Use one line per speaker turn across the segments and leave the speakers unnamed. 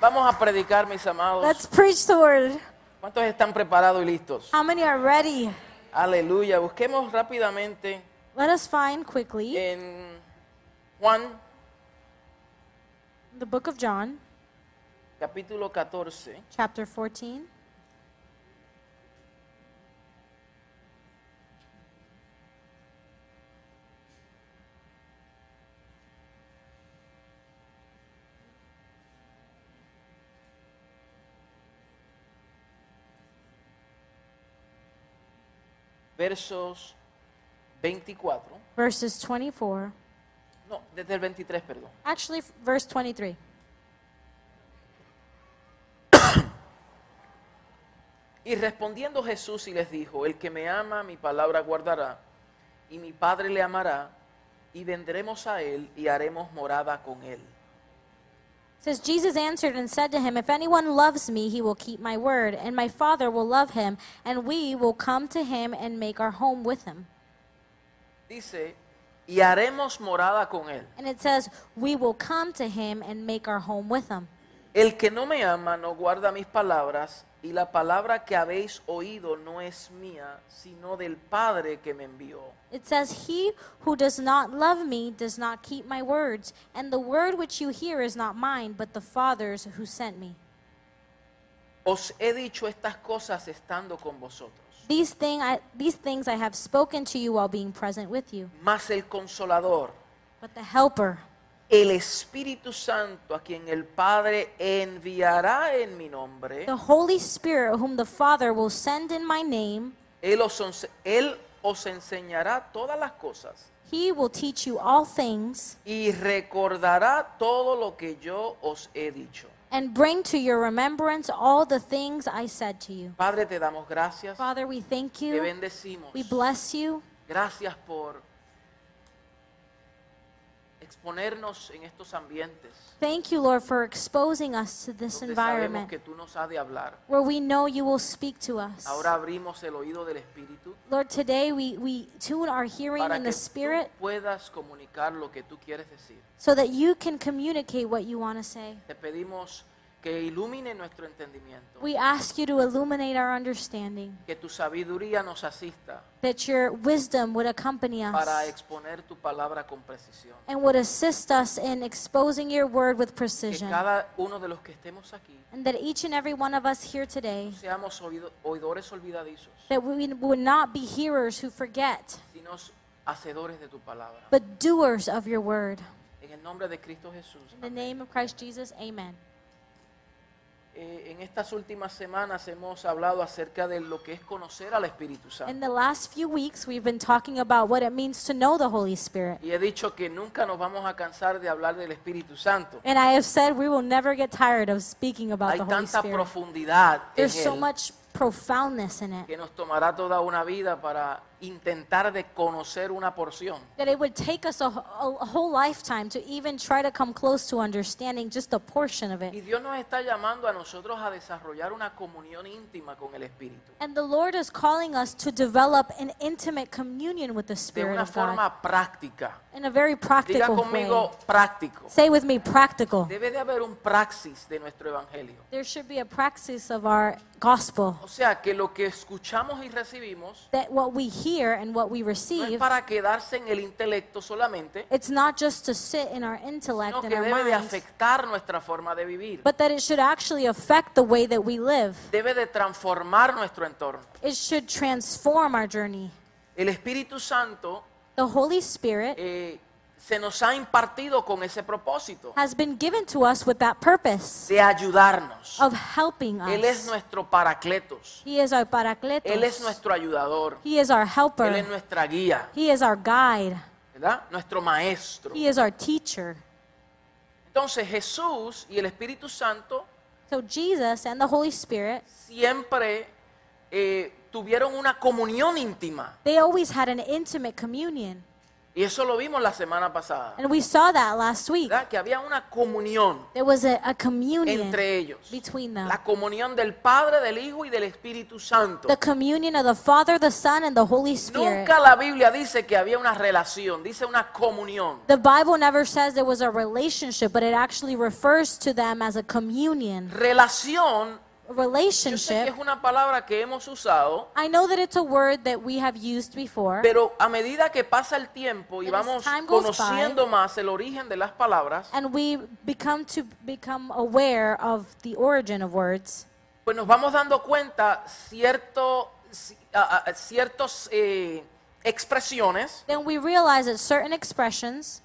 Vamos a predicar, mis amados.
Let's preach the word.
¿Cuántos están preparados y listos?
How many are ready?
Aleluya. Busquemos rápidamente
Let us find quickly
en Juan
the book of John,
capítulo 14.
chapter 14.
versos 24.
verses 24.
No, desde el 23, perdón.
Actually, f- verse 23.
Y respondiendo Jesús y les dijo, el que me ama mi palabra guardará, y mi Padre le amará, y vendremos a él y haremos morada con él.
It says Jesus answered and said to him, If anyone loves me, he will keep my word, and my Father will love him, and we will come to him and make our home with him.
Dice, y haremos morada con él.
And it says, We will come to him and make our home with him.
El que no me ama no guarda mis palabras, y la palabra que habéis oído no es mía, sino del Padre que me envió.
It says, He who does not love me does not keep my words, and the word which you hear is not mine, but the Father's who sent me.
Os he dicho estas cosas estando con vosotros.
These, thing I, these things I have spoken to you while being present with you.
Mas el consolador,
But the Helper,
el Espíritu Santo, a quien el Padre enviará en mi nombre,
The Holy Spirit, whom the Father will send in my name,
él os, ense- él os enseñará todas las cosas
he will teach you all things
y recordará todo lo que yo os he dicho.
and bring to your remembrance all the things I said to you.
Padre, te damos gracias,
Father, we thank
te
you.
bendecimos.
We bless you.
Gracias por exponernos en estos ambientes
Thank you, Lord, for exposing us to this
donde sabemos
environment
que tú nos has de hablar.
where we know you will speak to us.
Ahora abrimos el oído del Espíritu
Lord, today we, we tune our hearing
para
in
que
the Spirit
tú puedas comunicar lo que tú quieres decir.
so that you can communicate what you want to say.
Te pedimos que ilumine nuestro entendimiento,
We ask you to illuminate our understanding,
que tu sabiduría nos asista
that your wisdom would accompany us.
para exponer tu palabra con precisión.
and would assist us in exposing your word with
Que
precision.
cada uno de los que estemos aquí
And that each and every one of us here today,
seamos oído- oidores olvidadizos,
that we would not be hearers who forget,
sino hacedores de tu palabra.
but doers of your word.
En el nombre de Cristo Jesús.
In the name of Christ Jesus, amen.
Eh, en estas últimas semanas hemos hablado acerca de lo que es conocer al Espíritu
In
Santo.
the last few weeks, we've been talking about what it means to know the Holy Spirit.
Y he dicho que nunca nos vamos a cansar de hablar del Espíritu Santo.
And I have said we will never get tired of speaking about
Hay
the Holy
tanta
Spirit.
profundidad en
There's so
él
much profoundness in it
que nos tomará toda una vida para intentar de conocer una porción.
that it would take us a, a- a whole lifetime to even try to come close to understanding just a portion of it.
Y Dios nos está llamando a nosotros a desarrollar una comunión íntima con el Espíritu.
And the Lord is calling us to develop an intimate communion with the
De
Spirit
una
of God
forma práctica.
in a very
Diga
practical way.
conmigo práctico.
Say with me, practical.
Debe de haber un praxis de nuestro evangelio.
There should be a praxis of our gospel
O sea, que lo que escuchamos y recibimos
that what we hear and what we
no es
receive,
para quedarse en el intelecto solamente,
it's not just to sit in our
sino
intellect and
que
our
debe de
minds,
afectar nuestra forma de vivir,
but that it should actually affect the way that we live.
debe de transformar nuestro entorno.
It should transform our journey.
El Espíritu Santo
The Holy Spirit
eh, se nos ha impartido con ese propósito
has been given to us with that purpose
de ayudarnos.
of helping
Él es
us.
nuestro paracletos,
He is our
Él es
paracletos.
nuestro ayudador,
He is our
Él es
helper.
nuestra guía,
He is our guide.
¿verdad? Nuestro maestro.
He is our teacher.
Entonces Jesús y el Espíritu Santo
So Jesus and the Holy Spirit,
siempre eh, tuvieron una comunión íntima.
they always had an intimate communion.
Y Y eso lo vimos la semana pasada.
And we saw that last week.
¿verdad? Que había una comunión
There was a, a communion
entre ellos.
between them.
La comunión del Padre, del Hijo y del Espíritu Santo.
The communion of the Father, the Son, and the Holy Spirit.
Nunca la Biblia dice que había una relación, dice una comunión.
The Bible never says there was a relationship, but it actually refers to them as a communion.
Relación,
A
yo sé que
relationship.
es una palabra que hemos usado,
I know that it's a word that we have used before,
pero a medida que pasa el tiempo y
But as
vamos
time goes
conociendo más el origen de las palabras,
and we become to become aware of the origin of words.
pues nos vamos dando cuenta cierto, ci- a- a- ciertos eh, expresiones
Then we realize that certain expressions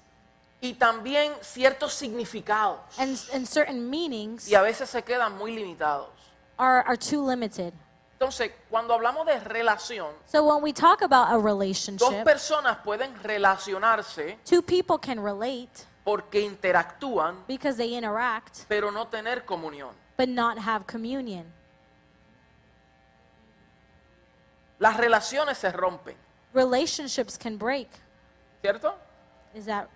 y también ciertos significados
and, and certain meanings
y a veces se quedan muy limitados.
are, are too limited.
Entonces, cuando hablamos de relación,
So when we talk about a
dos
relationship,
personas pueden relacionarse
two people can relate
porque interactúan,
because they interact,
pero no tener comunión.
but not have communion.
Las relaciones se rompen,
Relationships can break.
¿cierto?
Is that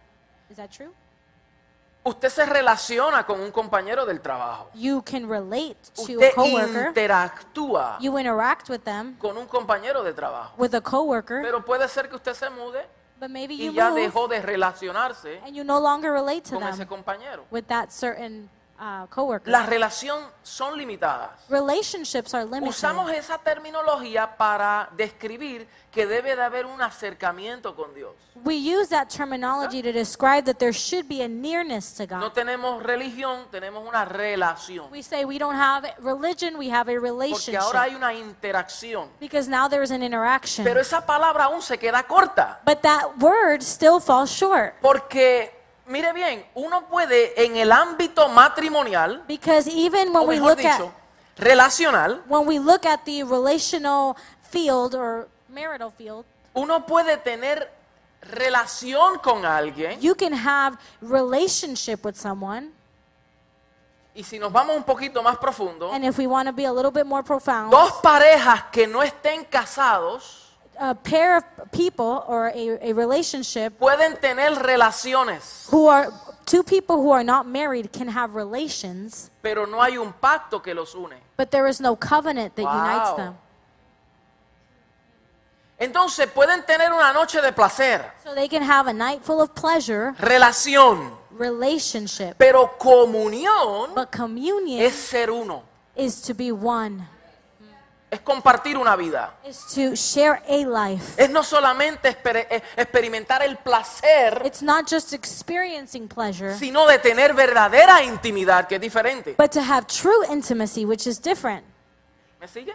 is that true?
Usted se relaciona con un compañero del trabajo.
You can relate to a
Usted
coworker.
interactúa
You interact with them
con un compañero de trabajo.
with a coworker,
Pero puede ser que usted se mude
but maybe you
y ya
move
dejó de relacionarse
and you no longer relate to
con ese
them
compañero.
with that certain uh, coworker.
Las relaciones son limitadas.
Relationships are limited.
Usamos esa terminología para describir que debe de haber un acercamiento con Dios.
We use that terminology to describe that there should be a nearness to
No
God.
tenemos religión, tenemos una relación.
Ah. We say we don't have religion, we have a
Porque ahora
relationship.
hay una interacción.
Because now there is an interaction.
Pero esa palabra aún se queda corta.
But that word still falls short.
Porque, mire bien, uno puede en el ámbito matrimonial,
Because even when
o
we
mejor
look at
dicho, relacional,
when we look at the relational field or marital field,
uno puede tener relación con alguien.
you can have relationship with someone.
Y si nos vamos un poquito más profundo,
And if we want to be a little bit more profound,
dos parejas que no estén casados
a pair of people or a, a relationship
pueden tener relaciones,
who are two people who are not married can have relations,
pero no hay un pacto que los une.
but there is no covenant that unites
Wow.
them.
Entonces pueden tener una noche de placer,
So they can have a night full of pleasure,
relación,
relationship,
pero comunión
but communion
es ser uno,
is to be one,
es compartir una vida.
is to share a life.
Es no solamente exper- eh, experimentar el placer,
It's not just experiencing pleasure,
sino de tener verdadera intimidad, que es diferente.
but to have true intimacy, which is different.
¿Me sigue?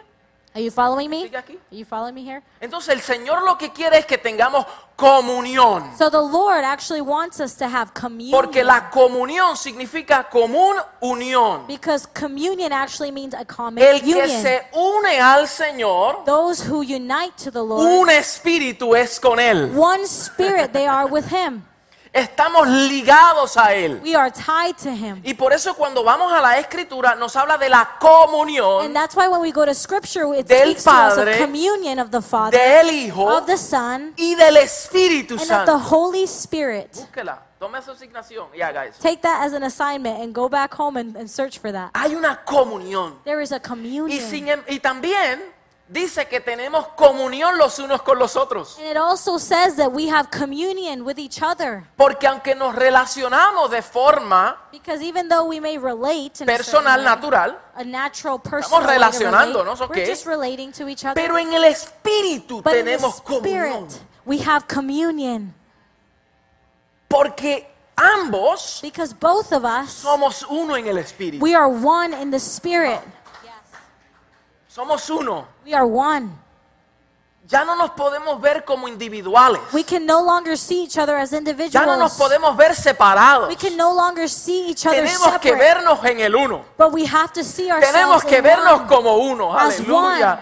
Are you following me?
Sigue aquí.
Are you following me here?
Entonces el Señor lo que quiere es que tengamos comunión,
So the Lord actually wants us to have
porque
communion
la comunión significa común unión.
because communion actually means a common
El que
union.
se une al Señor,
Those who unite to the Lord,
un espíritu es con Él.
one spirit they are with Him.
Estamos ligados a Él.
We are tied to Him.
Y por eso cuando vamos a la Escritura nos habla de la comunión
And that's why when we go to Scripture, it
Del
speaks to us of
Padre,
communion of the Father,
del Hijo
of the Son,
y del Espíritu
and of the
Santo.
Holy Spirit.
Búsquela, tome su asignación y haga eso.
Take that as an assignment and go back home and, and search for that.
Hay una comunión.
There is a
Y,
communion.
sin em- y también dice que tenemos comunión los unos con los otros.
And it also says that we have communion with each other.
Porque aunque nos relacionamos de forma
Because even though we may relate in a certain
personal,
way,
natural,
a natural personal way to
relacionándonos,
relate,
¿ok?
we're just relating to each other.
pero en el Espíritu
but in the
tenemos comunión.
spirit, we have communion
Porque ambos
because both of us
somos uno en el Espíritu.
we are one in the spirit.
Somos uno.
We are one.
Ya no nos podemos ver como individuales.
We can no longer see each other as
Ya no nos
individuals.
podemos ver separados.
we can no longer see each other
Tenemos que
separate,
vernos en el uno.
but we have to see ourselves
Tenemos que
in
vernos
one,
como uno.
as one.
Aleluya.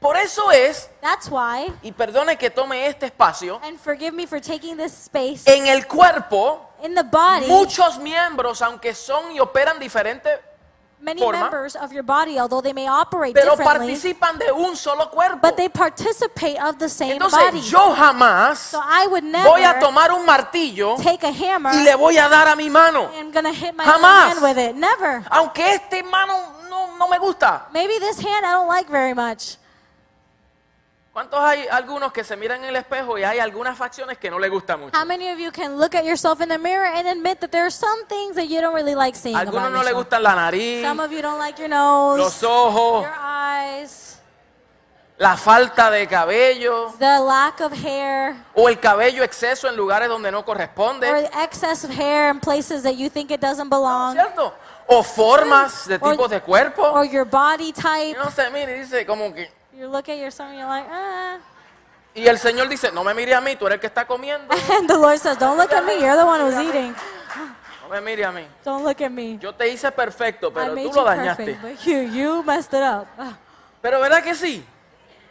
Por eso es,
That's why,
y perdone que tome este espacio,
and forgive me for taking this space
en el cuerpo
in the body.
muchos miembros, aunque son y operan diferente,
Many
forma,
members of your body, although they may operate
pero
differently,
participan de un solo cuerpo.
but they participate of the same body.
Entonces yo jamás
so I would never
voy a tomar un martillo
take a hammer
y le voy a dar a mi mano.
and gonna hit my
Jamás.
hand with it. Never.
Aunque este mano no, no me gusta.
Maybe this hand I don't like very much.
¿Cuántos hay algunos que se miran en el espejo y hay algunas facciones que no les gusta mucho?
How many of you can look at yourself in the mirror and admit that there are some things that you don't really like seeing
Algunos
about
no les
yourself?
gustan la nariz,
Some of you don't like your nose,
los ojos,
your eyes,
la falta de cabello
the lack of hair,
o el cabello exceso en lugares donde no
or
corresponde,
the excess of hair in places that you think it doesn't belong,
¿cierto? O formas de
Or-
tipos de cuerpo.
or your body type.
Y no se mira y dice como que
You look at yourself and you're like, ah.
y el Señor dice, "No me mire a mí, tú eres el que está comiendo,
And the Lord says, don't look at me. You're the one who's eating.
no me mire a mí.
Don't look at me.
Yo te hice perfecto,
I
pero
made
tú
you
lo dañaste."
perfect, but you, you messed it up.
Pero ¿verdad que sí?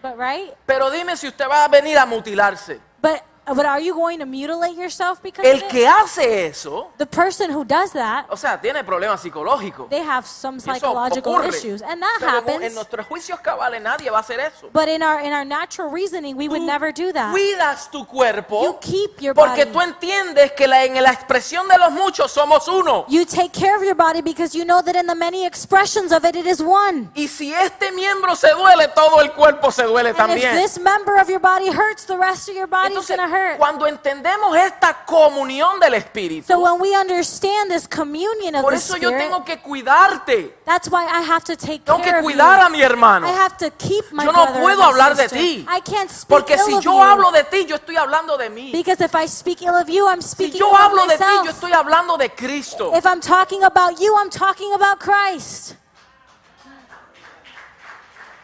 But right?
Pero dime si usted va a venir a mutilarse.
But but are you going to mutilate yourself because
El
of it?
que hace eso,
the person who does that,
o sea, tiene problemas psicológicos.
they have some
Y eso
psychological
ocurre.
issues, and that
Pero como en
happens.
nuestros juicios cabales nadie va a hacer eso.
But in our in our natural reasoning, we would
Tú
never do that.
Cuidas tu cuerpo
You keep your
porque
body.
tú entiendes que la- en la expresión de los muchos somos uno.
You take care of your body because you know that in the many expressions of it, it is one.
Y si este miembro se duele, todo el cuerpo se duele
And if
también.
this member of your body hurts, the rest of your body is
Entonces,
gonna hurt.
cuando entendemos esta comunión del Espíritu,
So when we understand this communion of
por
the
eso yo
Spirit,
tengo que cuidarte.
that's why I have to take
Tengo
care
que
of you.
cuidar a mi hermano.
I have to keep my
Yo no
brother
puedo
and my
hablar de
sister.
ti.
I can't speak
Porque
ill
si
of
yo
you.
hablo de ti, yo estoy hablando de mí.
Because if I speak ill of you, I'm
Si
speaking
yo
ill of
hablo de ti,
myself.
yo estoy hablando de Cristo.
If I'm talking about you, I'm talking about Christ.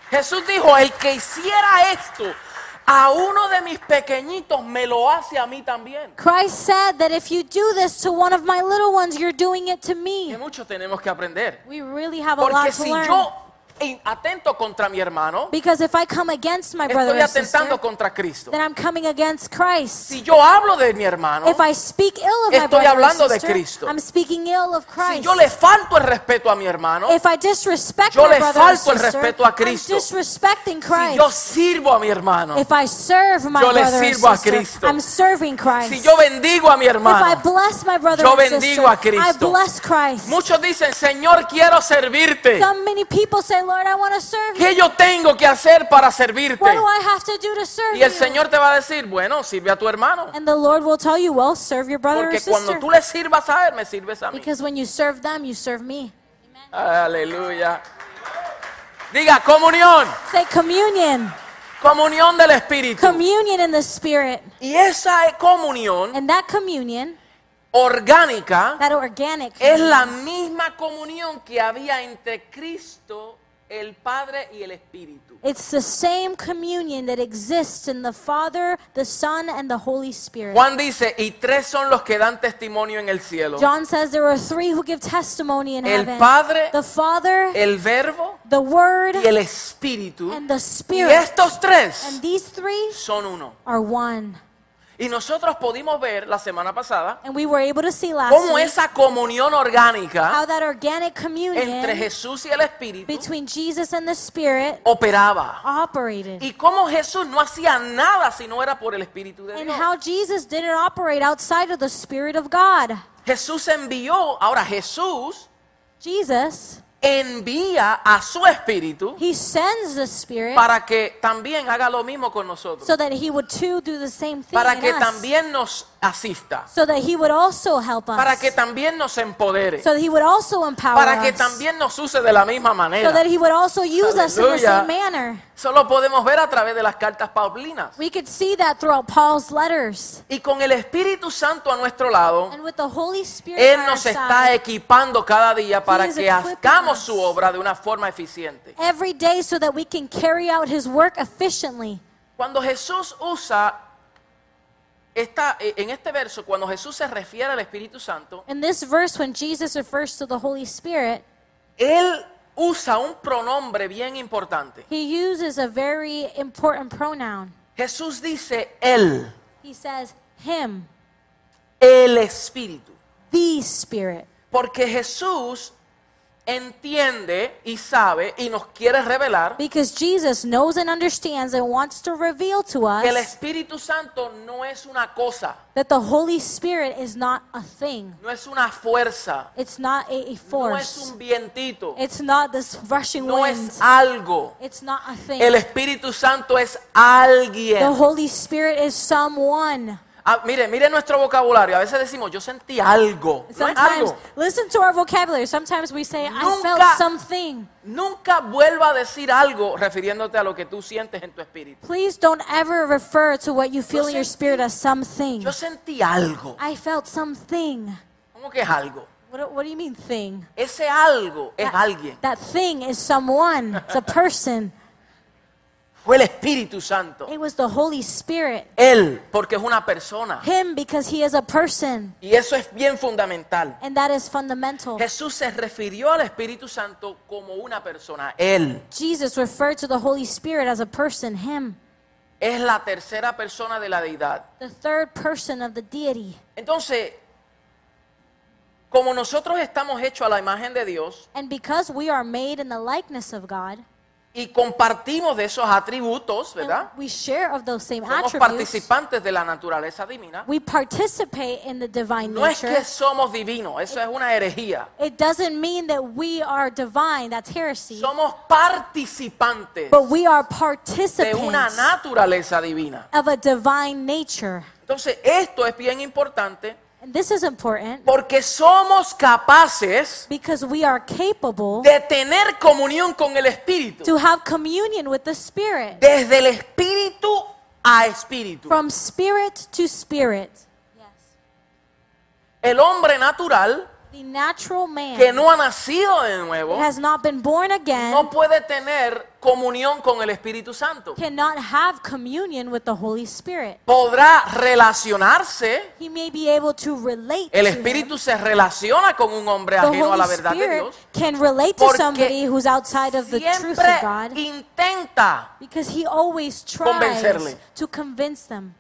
Jesús dijo, el que hiciera esto a uno de mis pequeñitos, me lo hace a mí también.
Christ said that if you do this to one of my little ones, you're doing it to me.
Que mucho tenemos que aprender.
We really have a
Porque
lot to
si
learn.
yo in- atento contra mi hermano,
Because if I come against my brother
estoy
or sister,
atentando contra Cristo.
then I'm coming against Christ.
Si yo hablo de mi hermano,
if I speak ill of my
Estoy
brother
hablando
or
de
sister,
Cristo.
I'm speaking ill of
si
Christ.
yo le falto el respeto a mi hermano,
if I disrespect
Yo
my
le
brother or
falto el
sister,
respeto a Cristo.
I'm disrespecting Christ.
si yo sirvo a mi hermano,
If I serve my
Yo le
brother and
sirvo a
sister,
Cristo.
I'm serving Christ.
si yo bendigo a mi
if I
hermano,
bless my brother
yo
and
bendigo
sister,
a
I
Cristo.
bless Christ.
muchos dicen, Señor, quiero servirte.
Some many people say, Lord, I want to serve you.
¿Qué yo tengo que hacer para servirte?
What do I have to do to serve
Y el
you?
Señor te va a decir, bueno, sirve a tu hermano.
and the Lord will tell you, well, serve your brother or
Porque cuando
sister.
tú le sirvas a él, me sirves a mí.
Because when you serve them, you serve me.
Aleluya. Diga, comunión,
Say communion.
comunión del Espíritu.
Communion in the Spirit.
Y esa e- comunión
And that communion,
orgánica
that organic,
es la misma comunión que había entre Cristo, el Padre y el Espíritu.
it's the same communion that exists in the Father, the Son, and the Holy Spirit.
Juan dice, y tres son los que dan testimonio en el cielo.
John says there are three who give testimony in
El
heaven.
Padre,
the Father,
El Verbo
the Word,
y el Espíritu.
and the
Y
Spirit.
estos tres
And these three
son uno.
are one.
Y nosotros pudimos ver la semana pasada
And we were able to see last
cómo
week
esa comunión orgánica
how that organic
entre
communion
Jesús y el Espíritu
between Jesus and the Spirit
operaba.
operated.
Y cómo Jesús no hacía nada si no era por el Espíritu de
And
Dios.
how Jesus didn't operate outside of the Spirit of God.
Jesús envió, ahora Jesús
Jesus,
envía a su Espíritu
He sends the Spirit
para que también haga lo mismo con nosotros.
so that He would too do the same thing
Para
in
que
us.
también nos asista.
So that He would also help us.
Para que también nos empodere.
so that He would also empower
Para que
us.
también nos use de la misma
so
manera.
that he would also use us in the
Hallelujah.
same manner.
Solo podemos ver a través de las cartas paulinas.
We could see that throughout Paul's letters.
Y con el Espíritu Santo a nuestro lado,
And with the Holy Spirit
Él
by our
nos está
side,
equipando cada día para
is
que
equipping
hagamos
us.
su obra de una forma eficiente.
every day so that we can carry out his work efficiently.
Cuando Jesús usa, esta, en este verso, cuando Jesús se refiere al Espíritu Santo,
In this verse, when Jesus refers to the Holy Spirit,
Él usa un pronombre bien importante.
he uses a very important pronoun.
Jesús dice Él,
He says, him,
el Espíritu.
the Spirit.
Porque Jesús entiende y sabe y nos quiere revelar
Because Jesus knows and understands and wants to reveal to
que el
us
Espíritu Santo no es una cosa,
that the Holy Spirit is not a thing.
no es una fuerza,
It's not a, a
no es
force.
un vientito,
It's not this rushing
no
wind.
es algo.
It's not a
El
thing.
Espíritu Santo es
The
alguien.
Holy Spirit is someone.
Ah, mire, mire nuestro vocabulario. A veces decimos, yo sentí algo. No es
Sometimes,
algo.
listen to our vocabulary. Sometimes we say, I felt
Nunca-
something.
Nunca vuelva a decir algo refiriéndote a lo que tú sientes en tu espíritu.
Please don't ever refer to what you feel in your
sentí-
spirit as something.
Yo sentí algo.
I felt something.
¿Cómo que es algo?
What, do- what do you mean, thing?
Ese algo es alguien.
That thing is someone, it's a person.
Fue el Espíritu Santo.
It was the Holy Spirit.
Él, porque es una persona.
Him, because he is a person.
Y eso es bien fundamental.
And that is fundamental.
Jesús se refirió al Espíritu Santo como una persona. Él
Jesus referred to the Holy Spirit as a person, him,
es la tercera persona de la deidad.
the third person of the deity.
Entonces, como nosotros estamos hechos a la imagen de Dios
And because we are made in the likeness of God,
y compartimos de esos atributos,
and
¿verdad?
we share of those same
Somos
attributes.
participantes de la naturaleza divina.
We participate in the divine
No es
nature.
que somos divinos, eso es una herejía.
It doesn't mean that we are divine, that's heresy.
Somos participantes
But we are
de una
participants
naturaleza divina.
of a divine nature.
Entonces, esto es bien importante
And this is important
porque somos capaces
because we are capable
de tener comunión con el Espíritu.
to have communion with the Spirit.
Desde el Espíritu a Espíritu.
From spirit to spirit.
El hombre natural
The natural
que
man
no ha nacido de
that
nuevo
has not been born again
no puede tener comunión con el Espíritu Santo.
cannot have communion with the Holy Spirit.
Podrá relacionarse,
He may be able to relate
el
to him.
Espíritu se relaciona con un hombre
The
ajeno a la
Holy
verdad de
Spirit
Dios.
can relate to
Porque
somebody who's outside of the truth
Siempre
of God
intenta.
because he always tries
Convencerle.
to convince them.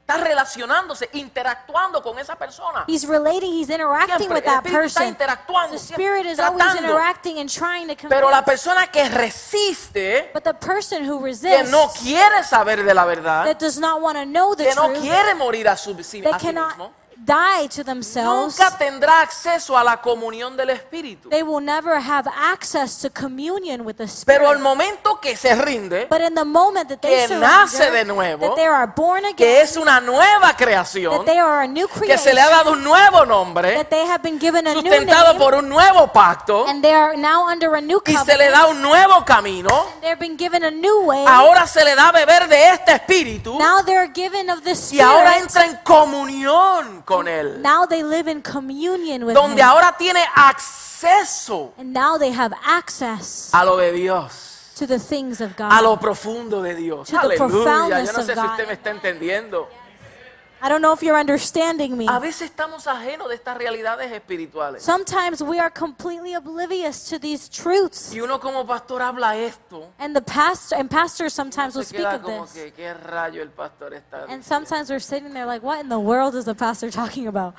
Está relacionándose, interactuando con esa persona.
He's relating, he's interacting
Siempre, el
with that
Espíritu está
person.
interactuando,
The
siempre
Spirit is always
tratando.
interacting and trying to
Pero la
convince.
persona que resiste,
But the person who
que no
resists,
quiere saber de la verdad,
that does not want to know the
¿Ah? que no
truth,
quiere morir a, su, sí- a
that
sí mismo,
cannot die to themselves,
nunca tendrá acceso a la comunión del Espíritu.
they will never have access to communion with the
Pero al
Spirit.
momento que se rinde,
But in the moment that they
que
surrender,
nace de nuevo,
that they are born
que
again,
es una nueva creación,
that they are a new
que se
creation,
le ha dado un nuevo nombre,
that they have been given a new
sustentado
name,
por un nuevo pacto,
and they are now under a new
y se le
covenant,
da un nuevo camino,
they've been given a new way,
ahora se le da a beber de este Espíritu,
now they're given of the
y ahora
Spirit,
entra en comunión con Él,
now they live in communion with
donde
Him,
ahora tiene acceso
and now they have access
a lo de Dios,
to the things of
a
God.
lo profundo de Dios.
To the
Aleluya, yo
profoundness
no sé
of
si
God.
usted me está entendiendo.
I don't know if you're understanding me.
A veces estamos ajenos de estas realidades espirituales.
Sometimes we are completely oblivious to these truths.
Y uno como pastor habla esto,
And the pastor and pastors sometimes will
se
speak
queda
of
como
this.
que qué rayo el pastor está.
And
diciendo?
sometimes we're sitting there like, what in the world is the pastor talking about?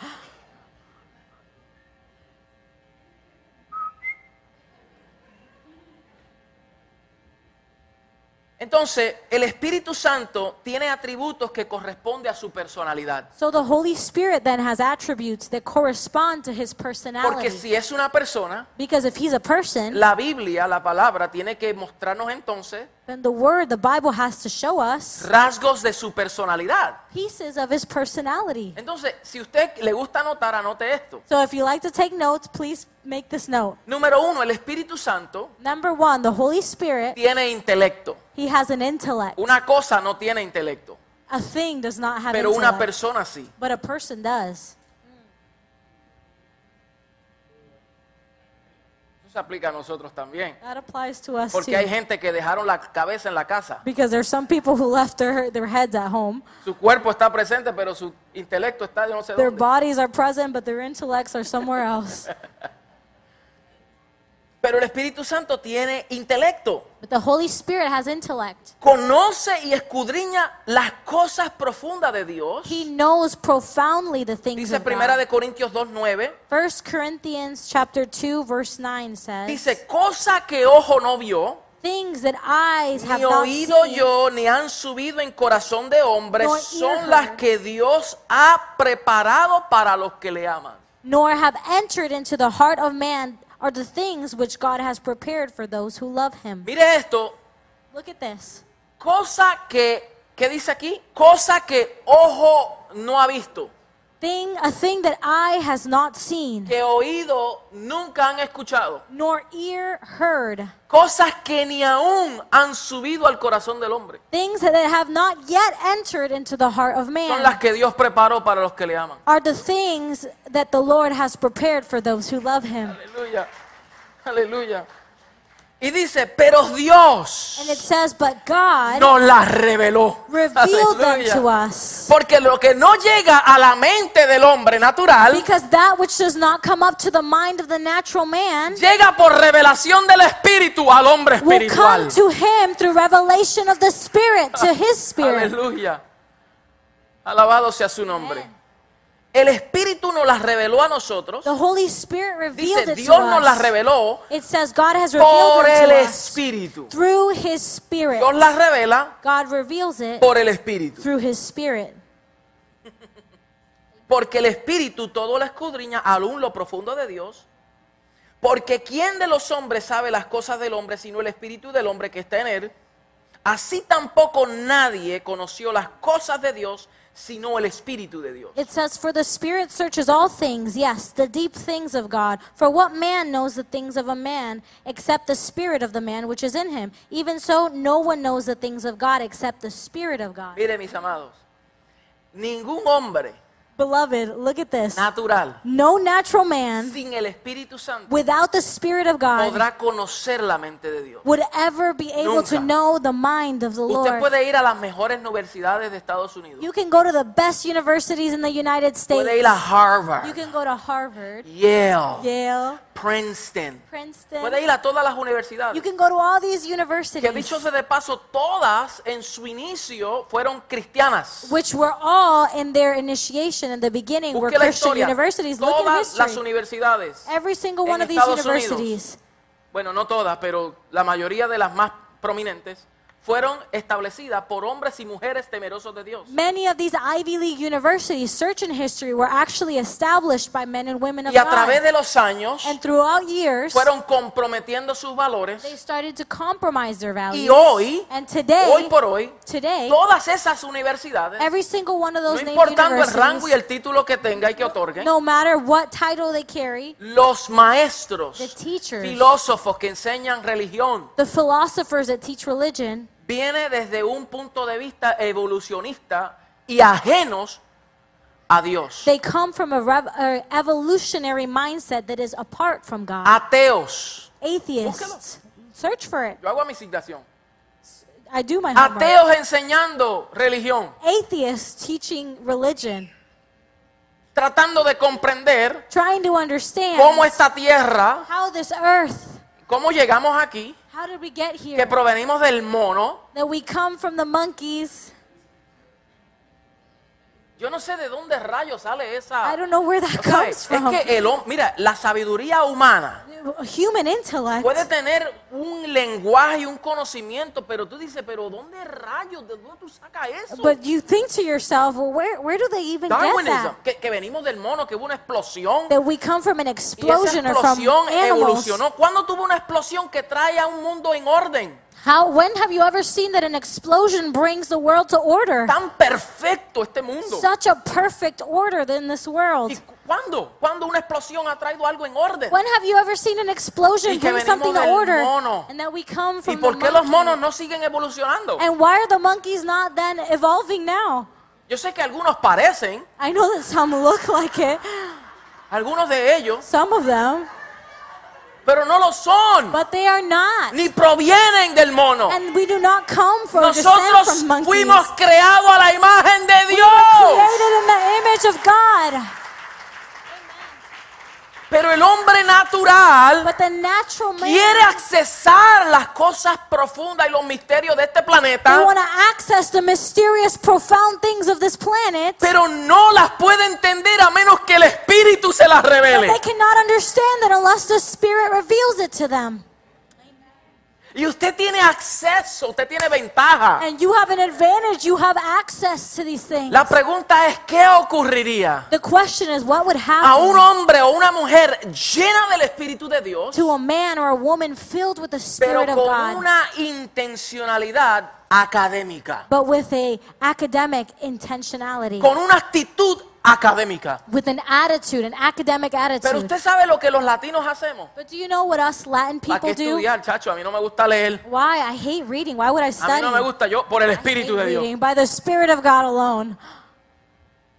Entonces, el Espíritu Santo tiene atributos que corresponden a su personalidad.
So the Holy Spirit then has attributes that correspond to his
Porque
personality.
si es una persona,
Because if he's a person,
la Biblia, la palabra, tiene que mostrarnos entonces
then the word, the Bible has to show us
rasgos de su personalidad.
pieces of his personality.
Entonces, si usted le gusta anotar, anote esto.
So if you like to take notes, please make this note.
Número uno, el Espíritu Santo
Number one, the Holy Spirit,
tiene intelecto.
he has an intellect.
Una cosa no tiene intelecto,
A thing does not have
pero una
intellect,
persona sí.
but a person does.
Eso se aplica a nosotros también.
That applies to us
Porque hay
too.
gente que dejaron la cabeza en la casa.
Because there's some people who left their, their heads at home.
Su cuerpo está presente, pero su intelecto está yo no sé
Their
dónde.
bodies are present, but their intellects are somewhere else.
Pero el Espíritu Santo tiene intelecto.
But the Holy Spirit has intellect.
Conoce y escudriña las cosas profundas de Dios.
He knows profoundly the things
Dice
of
Primera
God.
de Corintios 2.9.
1 Corinthians chapter 2 verse 9 says,
Dice, cosa que ojo no vio,
Things that eyes have
ni
not
oído
seen,
yo, ni han subido en corazón de hombre,
Nor ear
son
heard.
las que Dios ha preparado para los que le aman.
nor have entered into the heart of man, are the things which God has prepared for those who love him.
Mire esto,
Look at this.
cosa que, ¿qué dice aquí? Cosa que ojo no ha visto,
Thing, a thing that eye has not seen,
que oído nunca han escuchado,
nor ear heard,
cosas que ni aún han subido al corazón del hombre,
things that have not yet entered into the heart of
son
man,
las que Dios preparó para los que le aman.
are the things that the Lord has prepared for those who love him.
Aleluya, aleluya. Y dice, pero Dios...
And it says, But God
nos las reveló.
revealed them
Aleluya.
to us.
Porque lo que no llega a la mente del hombre natural
Because that which does not come up to the mind of the natural man
llega por revelación del Espíritu al hombre
will come
espiritual.
to him through revelation of the Spirit, to his Spirit.
Aleluya. Alabado sea su nombre. El Espíritu nos las reveló a nosotros.
The Holy Spirit revealed
Dice,
it to
Dios nos las
us.
reveló
It says God has revealed
por
it
el
to us
Espíritu.
through his Spirit.
Dios las revela
God reveals it
por el Espíritu.
through his Spirit.
Porque el Espíritu todo lo escudriña, aún lo profundo de Dios. Porque ¿quién de los hombres sabe las cosas del hombre sino el Espíritu del hombre que está en él? Así tampoco nadie conoció las cosas de Dios sino el Espíritu de Dios.
It says, For the Spirit searches all things, yes, the deep things of God. For what man knows the things of a man except the Spirit of the man which is in him? Even so, no one knows the things of God except the Spirit of God.
Mire mis amados, ningún hombre
Beloved, look at this.
natural
No natural man
sin el Espíritu Santo
without the Spirit of God
podrá conocer la mente de Dios.
would ever be able to
Nunca.
know the mind of the
Usted
Lord.
puede ir a las mejores universidades de Estados Unidos.
You can go to the best universities in the United States.
Puede ir a
You
Harvard,
can go to Harvard,
Yale,
Yale,
Princeton. Puede
Princeton.
ir a todas las universidades.
You can go to all these
Que
universities,
dicho sea de paso, todas en su inicio fueron cristianas.
which were all in their initiation in the beginning were
Busque la
Christian
historia.
universities. Look at
Todas las
history.
universidades.
Every single
en
one of these
Estados Unidos.
universities,
Bueno, no todas, pero la mayoría de las más prominentes fueron establecidas por hombres y mujeres temerosos de Dios.
many of these Ivy League universities, search in history, were actually established by men and women of
Y a través
God.
de los años
And throughout years,
fueron comprometiendo sus
they
valores.
started to compromise their values.
Y hoy,
and today,
hoy por hoy,
today,
todas esas universidades,
every single one of
no
those named
importando el rango y
universities,
el título que tenga y que otorgue,
no matter what title they carry,
los maestros,
The teachers.
filósofos que enseñan religión,
the philosophers that teach religion,
viene desde un punto de vista evolucionista y ajenos a Dios.
They come from a, rev- a evolutionary mindset that is apart from God.
Ateos. Oh,
Atheists. Search for it.
Yo hago mi citación.
I do my homework.
Ateos enseñando religión,
Atheists teaching religion,
tratando de comprender
trying to understand
cómo esta tierra,
how this earth,
cómo llegamos aquí,
how did we get here?
que provenimos del mono.
That we come from the monkeys.
Yo no sé de dónde rayos sale
I
esa.
don't know where that
O sea,
comes
es
from.
que el hom- mira, la sabiduría humana
Human intellect.
puede tener un lenguaje y un conocimiento, pero tú dices, pero ¿dónde rayos? ¿De dónde tú sacas eso?
But you think to yourself, well, where, where do they even get
Darwinism,
that?
que, que venimos del mono, que hubo una explosión.
That we come from an
Y esa
explosion or from
explosión
animals.
evolucionó. ¿Cuándo tuvo una explosión que trae a un mundo en orden?
How, when have you ever seen that an explosion brings the world to order?
Tan perfecto este mundo.
Such a perfect order in this
¿Y
world.
cu- cuándo? ¿Cuándo una explosión ha traído algo en orden?
When have you ever seen an
Y
explosion
que
bring
venimos
something to
del
order?
mono.
And that we come
¿Y
from the
por qué los
monkey?
monos no siguen evolucionando?
And why are the monkeys not then evolving now?
Yo sé que algunos parecen,
I know that some look like it,
algunos de ellos,
some of them,
pero no lo son.
but they are not.
Ni provienen del mono.
And we do not come from descent
Nosotros
from monkeys.
fuimos creados a la imagen de
We were
Dios.
created in the image of God.
Pero el hombre natural
But the natural man,
quiere accesar las cosas profundas y los misterios de este
they
planeta,
want to access the mysterious, profound things of this planet,
pero no las puede entender a menos que el Espíritu se las
but
revele.
they cannot understand that unless the Spirit reveals it to them.
Y usted tiene acceso, usted tiene ventaja.
And you have an advantage. You have access to these things.
La pregunta es, ¿qué ocurriría
The question is, what would
a un
happen
hombre o una mujer llena del Espíritu de Dios,
to a man or a woman filled with the
pero
Spirit of
con
God,
una intencionalidad académica,
but with a academic intentionality,
con una actitud académica?
with an attitude, an academic
Pero
attitude?
usted sabe lo que los latinos hacemos.
But do you know what us Latin
Hay que
people do?
estudiar, chacho. A mí no me gusta leer.
Why? I hate reading. Why would I
A mí
study?
no me gusta yo por el
I hate
Espíritu de Dios.
reading by the Spirit of God alone.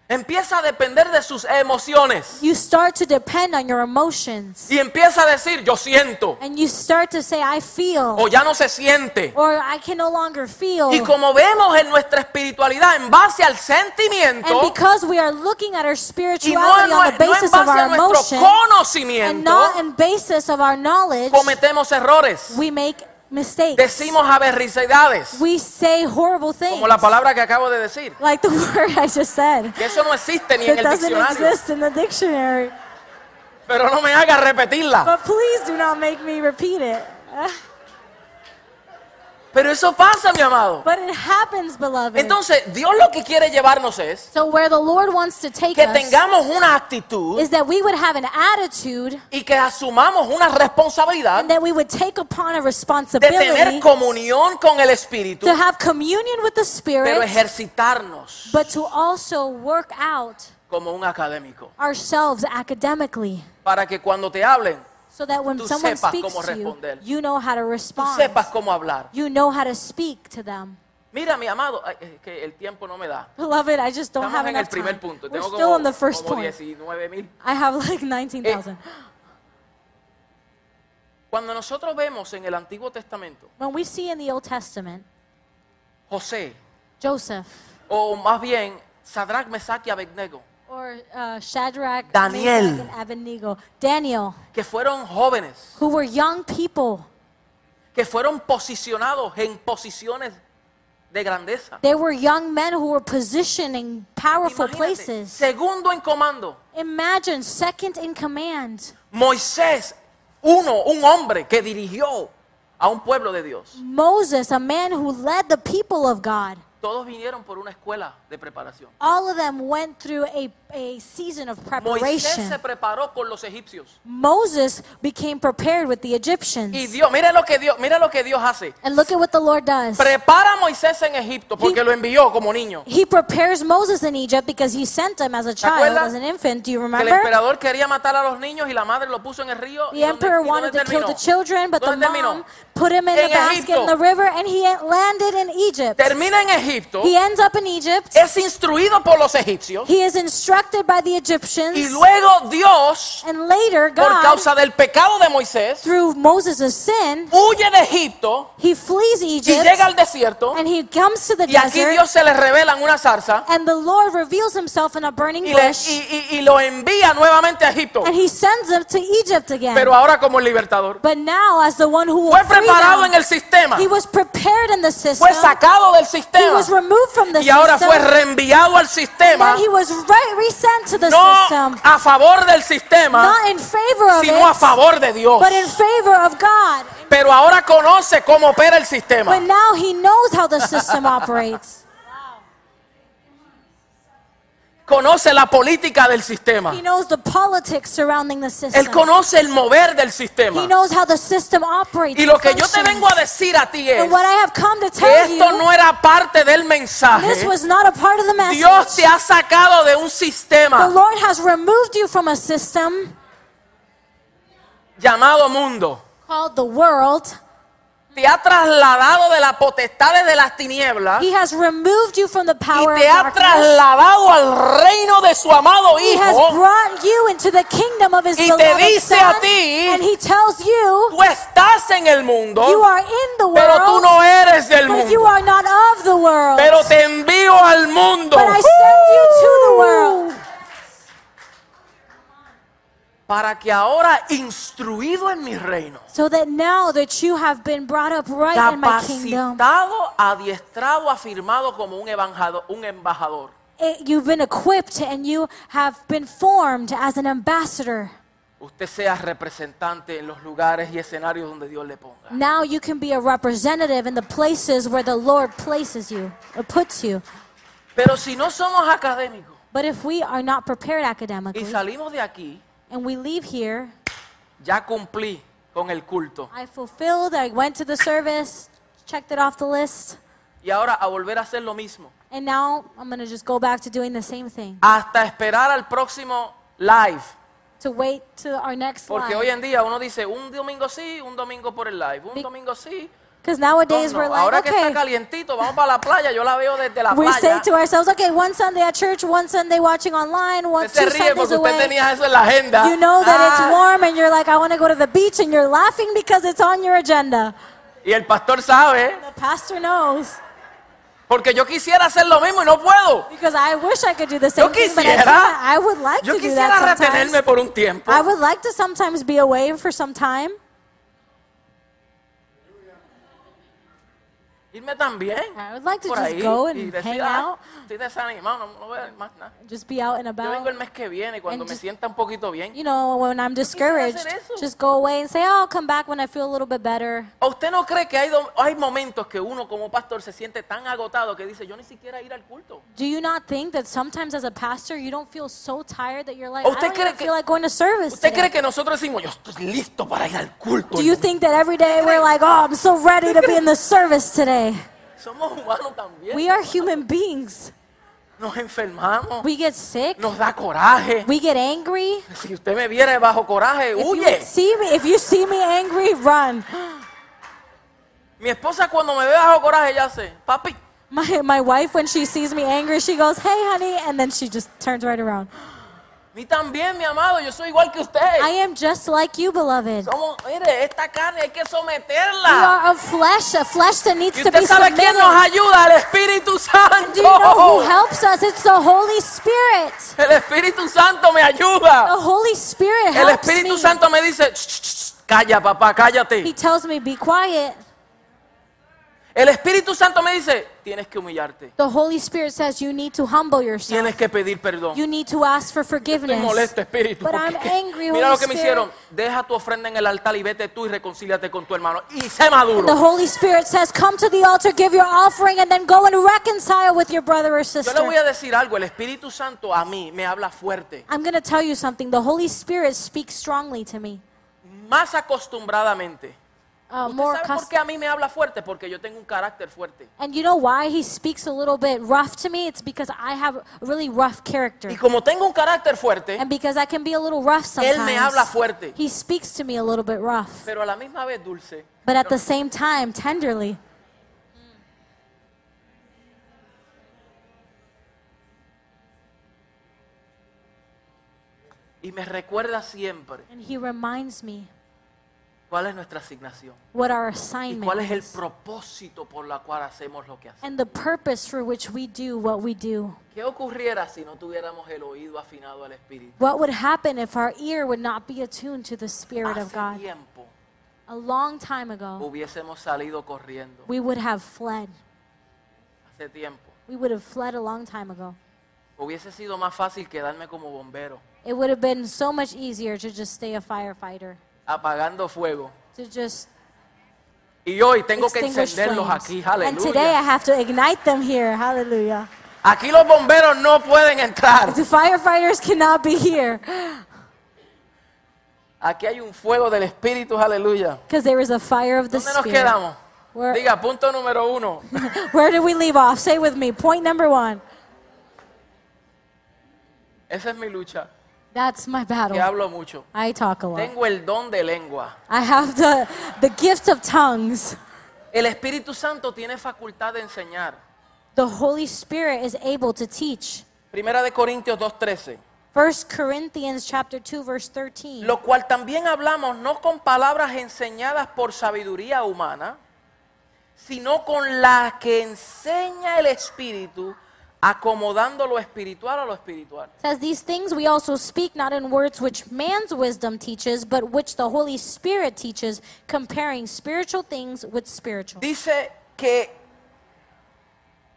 Empieza a depender de sus emociones.
You start to depend on your emotions.
Y empieza a decir, yo siento.
And you start to say, I feel.
O ya no se siente.
Or I can no longer feel.
Y como vemos en nuestra espiritualidad, en base al
And
sentimiento
because we are looking at
y no
our
en,
spirituality on the
nue- no en
basis of
base a
our
nuestro
emotion and
conocimiento,
not in basis of our knowledge,
cometemos errores.
we make mistakes.
Decimos aberricidades.
We say horrible things.
Como la palabra que acabo de decir.
Like the word I just said.
Que eso no existe ni
It
en el
doesn't
diccionario.
exist in the dictionary.
Pero no me haga repetirla.
But please do not make me repeat it.
Pero eso pasa, mi amado.
But it happens, beloved.
Entonces, Dios lo que quiere llevarnos es
so where the Lord wants to take
que
us
tengamos una actitud
is that we would have an attitude
y que asumamos una responsabilidad
and that we would take upon a
de tener
responsibility
comunión con el Espíritu,
to have communion with the
pero
Spirit,
ejercitarnos
but to also work out
como un académico,
ourselves academically
para que cuando te hablen,
so that when
Tú
someone
sepas
speaks
cómo
to you,
responder.
you know how to
tú
respond.
sepas cómo hablar.
You know how to speak to them.
Mira, mi amado, ay, es que el tiempo no me da.
Beloved, I just don't have
Estamos en el
enough
primer
time.
punto.
We're
Tengo
still
como,
on the first
como Eh.
point.
19 mil.
I have like 19,000.
Cuando nosotros vemos en el Antiguo Testamento,
When we see in the Old Testament,
José,
Joseph
o más bien, Sadrach, Mesach y Abednego,
or uh, Shadrach,
Daniel.
Meshach, and Abednego, Daniel,
que fueron jóvenes,
who were young people,
que fueron posicionados en posiciones de grandeza.
they were young men who were positioned in powerful
Imagínate,
places.
Segundo en comando,
Imagine second in command,
Moisés, uno, un hombre que dirigió a un pueblo de Dios.
Moses, a man who led the people of God.
Todos vinieron por una escuela de preparación.
All of them went through a, a season of
Moisés
preparation.
se preparó con los egipcios.
Moses became prepared with the
Y
Egyptians.
Dios, mira lo que Dios, mira lo que Dios hace.
And look at what the Lord does.
Prepara a Moisés en Egipto porque lo envió como niño.
He prepares Moses in Egypt because he sent him as a child,
acuerdas?
as an infant. Do you
Que el
remember?
emperador quería matar a los niños y la madre lo puso en el río. ¿Y
The
dónde-
emperor
y dónde
wanted to kill
terminó?
the children, but the
¿Dónde terminó?
mom put him in
En
a basket in
Egipto.
the river, and he landed in Egypt.
Termina en Egipto.
He ends up in Egypt.
Es instruido por los egipcios.
He is instructed by the
Y
Egyptians.
luego Dios,
And later,
por
God,
causa del pecado de Moisés,
through Moses' sin,
huye de Egipto
he flees
y llega
Egypt
al desierto.
and he comes to the
Y aquí
desert.
Dios se le revela en una zarza
And the Lord reveals himself in a burning
y, le-
bush
y- y- y lo envía nuevamente a Egipto.
and he sends them to Egypt again.
Pero ahora como el libertador.
But now, as the one who will
Fue
free
preparado
them,
en el sistema.
He was prepared in the system.
Fue sacado del
He
sistema.
was removed from the
Y ahora
system.
fue reenviado al
and
sistema.
then he was right resent to the
No
system.
a favor del sistema,
Not in favor of
sino a
it,
favor de Dios.
but in favor of God.
Pero ahora conoce cómo opera el
But
sistema.
now he knows how the system operates.
Conoce la política del sistema.
He knows the politics surrounding the
Él
system.
conoce el mover del
He
sistema.
knows how the system operates.
Y
and
lo que yo te
functions.
vengo a decir a ti es
and what I have come to
que
tell
esto
you,
no era parte del
this
mensaje.
was not a part of the message.
Dios te ha sacado de un
the
sistema
Lord has removed you from a system
llamado mundo.
called the world.
Te ha trasladado de las potestades de las tinieblas
He has removed you from the
y
power
te
of
ha
darkness.
trasladado al reino de su amado
He has
Hijo.
brought you into the kingdom of his
Y te
beloved
dice a
son,
ti,
and he tells you,
Tú estás en el
you
mundo,
are in the world,
pero tú no eres del
but you
mundo.
are not of the world.
Pero te envío al mundo.
but I send you to the world.
para que ahora, instruido en mi reino,
so that now that you have been brought up right in my kingdom,
capacitado, adiestrado, afirmado como un embajador, un embajador,
it- you've been equipped and you have been formed as an ambassador.
usted sea representante en los lugares y escenarios donde Dios le ponga.
Now you can be a representative in the places where the Lord places you or puts you.
Pero si no somos académicos
But if we are not prepared
y
academically
salimos de aquí,
and we leave here,
ya cumplí con el culto.
I fulfilled, I went to the service, checked it off the list,
Y ahora a volver a hacer lo mismo.
and now I'm going to just go back to doing the same thing.
Hasta esperar al próximo live.
To wait to our next
Porque
live.
hoy en día uno dice un domingo sí, un domingo por el live, un
Be-
domingo sí.
Because
dos
nowadays
no.
we're
Ahora
like,
que está
okay,
calientito, vamos para la playa. Yo la veo desde la
we say
playa.
to ourselves, okay, one Sunday at church, one Sunday watching online, one
Usted
two
se ríe
Sundays
porque usted
away.
tenía eso en la agenda.
You know that
Ah,
it's warm and you're like, I want to go to the beach, and you're laughing because it's on your agenda.
Y el pastor sabe,
The pastor knows
porque yo quisiera hacer lo mismo y no puedo.
because I wish I could do the same thing, but I,
quisiera-
can't. I would like
Yo
to do that
quisiera
sometimes.
retenerme por un tiempo.
I would like to sometimes be away for some time.
Irme también.
I would like to
por
just
ahí
go and
y decir,
hang
"Ah,
out,
Estoy desanimado, no, no voy a más nada.
just be out and
Yo vengo el
about.
mes que viene cuando
And
me
just-
sienta un poquito bien.
You know, when I'm discouraged,
eso.
just go away and say, "Oh, I'll come back when I feel a little bit better."
¿A ¿Usted no cree que hay, do- hay momentos que uno como pastor se siente tan agotado que dice, yo ni siquiera ir al culto?
Do you not think that sometimes as a pastor you don't feel so tired that you're like,
¿O
I
usted
don't
Oh, cree
even
que-
feel like going to service
¿Usted
today"?
cree que nosotros decimos, yo estoy listo para ir al culto?
Do you think that every day we're like, "Oh, I'm so ready to be in the service today"?
Somos humanos también.
We are human beings.
Nos enfermamos,
We get sick.
nos da coraje.
We get angry.
Si usted me viera bajo coraje,
If you
huye.
see me, if you see me angry, run.
Mi esposa cuando me ve bajo coraje ya hace, papi,
My, my wife, when she sees me angry, she goes, Hey, honey. And then she just turns right around.
mí también, mi amado, yo soy igual que usted.
I am just like you, beloved.
Somos, mire, esta carne hay que
We
someterla.
are of flesh, a flesh that needs
Y
to be
usted sabe quién Oh. nos
submitted.
ayuda, el Espíritu Santo.
Do you know who helps us? It's the Holy Spirit.
El Espíritu Santo me ayuda.
The Holy Spirit
El
helps
Espíritu
me.
Santo me dice, "Shh, shh, shh, calla papá,
He
cállate.
tells me, Be quiet.
El Espíritu Santo me dice, tienes que humillarte,
The Holy Spirit says, You need to humble yourself.
tienes que pedir perdón.
You need to ask for
Estoy
forgiveness.
molesto, Espíritu.
But I'm
porque
angry,
Mira
Holy
lo que me
Spirit.
hicieron. Deja tu ofrenda en el altar y vete tú y reconcíliate con tu hermano. Y sé
The
maduro.
Holy Spirit says, Come to the altar, give your offering, and then go and reconcile with your brother or
Yo
sister.
le voy a decir algo. El Espíritu Santo a mí me habla fuerte.
I'm going to tell you something. The Holy Spirit speaks strongly to me.
Más acostumbradamente.
Uh,
Ah, ¿Usted
more
sabe por
cus-
qué a mí me habla fuerte? Porque yo tengo un carácter fuerte.
And you know why he speaks a little bit rough to me? It's because I have a really rough
Y
character.
como tengo un carácter fuerte,
And because I can be a little rough sometimes.
eh, Él me habla fuerte.
He speaks to me a little bit rough,
pero a la misma vez dulce.
but at the same time, tenderly.
Y me recuerda siempre
And he reminds me
cuál es nuestra asignación.
what our
Y
assignment
cuál es el
is
propósito por la cual hacemos lo que hacemos.
and the purpose for which we do what we do.
¿Qué ocurriera si no tuviéramos el oído afinado al Espíritu?
What would happen if our ear would not be attuned to the Spirit of
Hace
God?
tiempo
A long time ago,
hubiésemos salido corriendo.
we would have fled.
Hace tiempo.
We would have fled a long time ago.
Hubiese sido más fácil quedarme como bombero,
It would have been so much easier to just stay a firefighter,
apagando fuego.
to just
Y hoy tengo que
extinguish
encenderlos
flames.
aquí,
and today I
aleluya.
have to ignite them here. Hallelujah.
Aquí los bomberos no pueden entrar.
The firefighters cannot be here
Aquí hay un fuego del Espíritu, aleluya.
because there is a fire of the
¿Dónde nos
Spirit.
quedamos?
Where-
Diga, punto número uno.
Where did we leave off? Say with me. Point number one.
Esa es mi lucha,
That's my
que
battle.
hablo mucho.
I talk a lot.
Tengo el don de lengua.
I have the, the gift of tongues.
El Espíritu Santo tiene facultad de enseñar.
The Holy Spirit is able to teach.
Primera de Corintios 2.13.
1 Corinthians chapter 2 verse 13.
Lo cual también hablamos no con palabras enseñadas por sabiduría humana, sino con la que enseña el Espíritu acomodando lo espiritual a lo espiritual.
says these things we also speak not in words which man's wisdom teaches but which the holy spirit teaches comparing spiritual things with spiritual
Dice que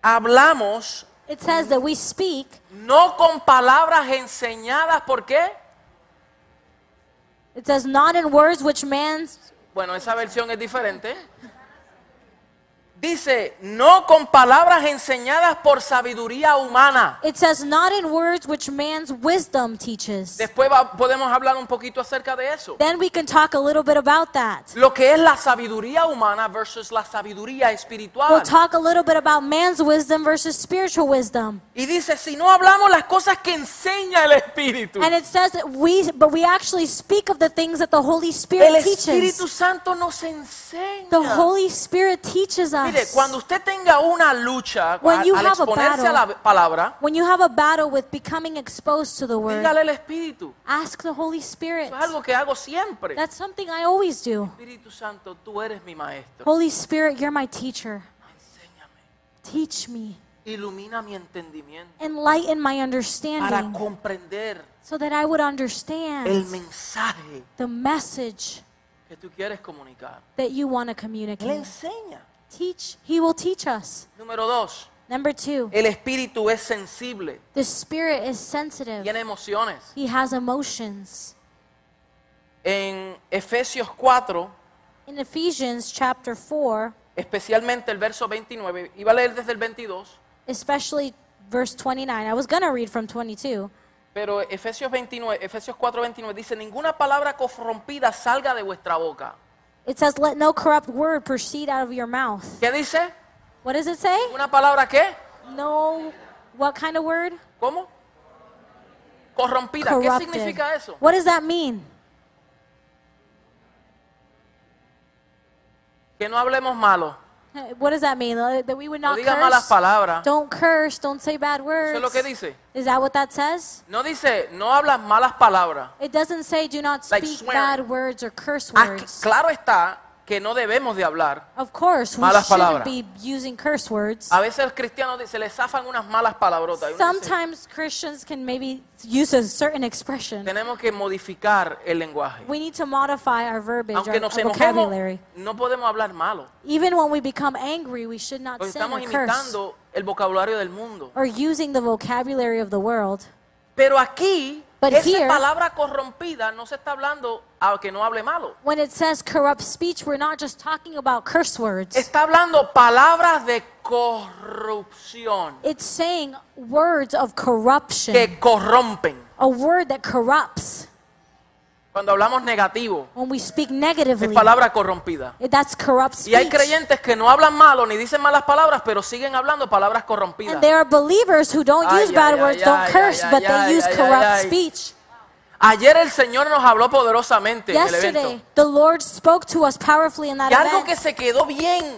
hablamos
it says that we speak
no con palabras enseñadas, ¿por qué?
it says not in words which man's
Bueno, esa versión es diferente. Dice, no con palabras enseñadas por sabiduría humana.
it says not in words which man's wisdom teaches
Después va- podemos hablar un poquito acerca de eso.
then we can talk a little bit about that
Lo que es la sabiduría humana versus la sabiduría
we'll
espiritual.
talk a little bit about man's wisdom versus spiritual wisdom
Y dice, si no hablamos las cosas que enseña el Espíritu,
and it says that we but we actually speak of the things that the holy
el
spirit teaches
Espíritu Santo nos
The
enseña.
Holy Spirit teaches
Mire,
us.
cuando usted tenga una lucha a-
When you
al
have a
exponerse a
battle,
la palabra,
When you have a battle with becoming exposed to the Word,
dígale al Espíritu.
ask the Holy Spirit.
Eso es algo que hago siempre.
That's something I always do.
Espíritu Santo, tú eres mi maestro.
Holy Spirit, you're my teacher.
Enséñame.
Teach me.
Ilumina mi entendimiento
Enlighten my
para
understanding
comprender
so that I would
el
understand
mensaje
the message
que tú quieres comunicar.
that you want to
Él
communicate.
enseña.
Teach. He will teach us.
Número dos,
Number two,
el espíritu es sensible,
the Spirit is sensitive.
tiene emociones.
He has emotions.
En Efesios 4,
In Ephesians chapter 4,
especialmente el verso 29, iba a leer desde el 22,
especially verse 29. I was going to read from 22.
pero Efesios, 29, Efesios 4, 29 dice, ninguna palabra corrompida salga de vuestra boca.
It says, Let no corrupt word proceed out of your mouth.
¿Qué dice?
What does it say?
¿Una palabra qué?
No, what kind of word?
¿Cómo? Corrompida. ¿Qué
Corrupted.
significa eso?
What does that mean?
Que no hablemos malo,
Uh, What does that mean? Uh, That we would
no
not
digas malas
curse?
palabras.
Don't curse, don't say bad
Eso
words.
es lo que dice.
Is that what that says?
No dice, no hablas malas palabras.
It doesn't say do not
Like Ah,
speak
swearing.
bad words or curse
Aquí-
words.
claro está que no debemos de hablar.
Of course, we
Malas palabras.
shouldn't be using curse words.
A veces los cristianos se les zafan unas malas palabrotas. Y uno dice,
Sometimes Christians can maybe use a certain expression.
tenemos que modificar el lenguaje.
We need to modify our verbiage, our,
Aunque
our
nos enojemos,
vocabulary.
no podemos hablar malo.
Even when we become angry, we should not
Porque
sin or
estamos
curse
imitando el vocabulario del mundo.
or using the vocabulary of the world.
Pero aquí,
But
esa
here-
palabra corrompida no se está hablando a que no hable malo.
When it says corrupt speech, we're not just talking about curse words.
Está hablando palabras de corrupción
It's saying words of corruption,
que corrompen.
a word that corrupts.
Cuando hablamos negativo,
When we speak
es
negatively,
palabra corrompida.
it- that's corrupt
Y hay
speech.
creyentes que no hablan malo ni dicen malas palabras, pero siguen hablando palabras corrompidas.
And there are believers who don't
Ay,
use
ay,
bad
ay,
words,
ay,
don't
ay,
curse,
ay,
but they
ay,
use
ay,
corrupt
ay.
speech.
Ayer el Señor nos habló poderosamente en el
Yesterday,
evento.
the Lord spoke to us powerfully in that
Y algo que
event,
se quedó bien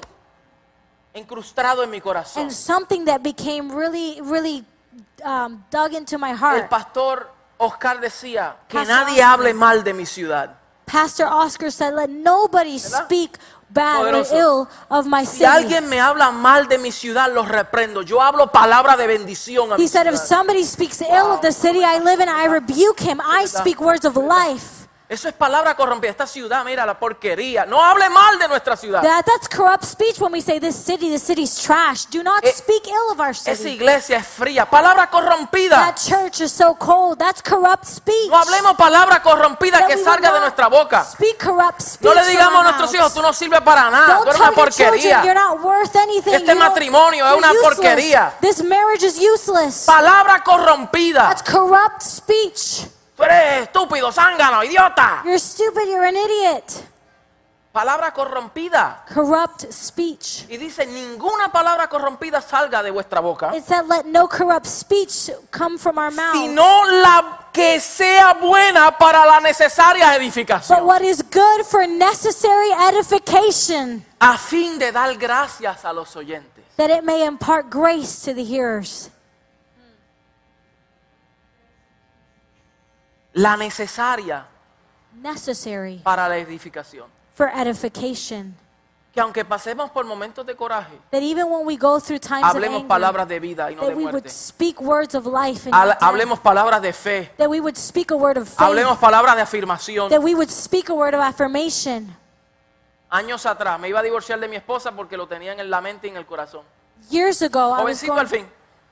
incrustado en mi corazón.
and something that became really, really um, dug into my
El
heart.
pastor Oscar decía que
Pastor
nadie
Oscar.
hable mal de mi ciudad.
Pastor Oscar said, "Let nobody
¿Verdad?
speak bad
Poderoso.
or ill of my
Si
city."
alguien me habla mal de mi ciudad, los reprendo. Yo hablo palabra de bendición a mi
He said, "If
ciudad.
somebody speaks ill of the city I live in, I rebuke him. I
¿Verdad?
speak words of life."
Eso es palabra corrompida. Esta ciudad, mira, la porquería. No hable mal de nuestra ciudad.
That that's corrupt speech when we say this city, this city's trash. Do not
Eh,
speak ill of our
Esa
city.
iglesia es fría. Palabra corrompida.
That church is so cold. That's corrupt speech.
No hablemos palabra corrompida
That
que
we will
salga de
not
nuestra boca.
Speak corrupt speech
No le
from
digamos a
our
nuestros hijos,
mouths.
tú no sirves para nada.
Don't
Tú eres
tell
una
your children you're
porquería.
not worth anything.
Este
You don't-
matrimonio es
you're
una
useless.
porquería.
This marriage is useless.
Palabra corrompida.
That's corrupt speech.
Tú eres estúpido, zángano, idiota.
You're stupid. You're an idiot.
Palabra corrompida.
Corrupt speech.
Y dice, ninguna palabra corrompida salga de vuestra boca,
It said, "Let no corrupt speech come from our mouth,
sino la que sea buena para la necesaria
but
edificación,
what is good for necessary edification,
a fin de dar gracias a los oyentes.
that it may impart grace to the hearers."
La necesaria
Necessary
para la edificación.
for edification.
que aunque pasemos por momentos de coraje,
That even when we go through times of
hablemos
anger,
palabras de vida y no de
that we would
muerte.
speak words of life and
Hable-
not death.
Hablemos palabras de fe.
that we would speak a word of faith,
Hablemos palabras de afirmación.
that we would speak a word of affirmation.
Años atrás me iba a divorciar de mi esposa porque lo tenían en la mente y en el corazón.
Years ago, I was
Jovencito al
going,
fin.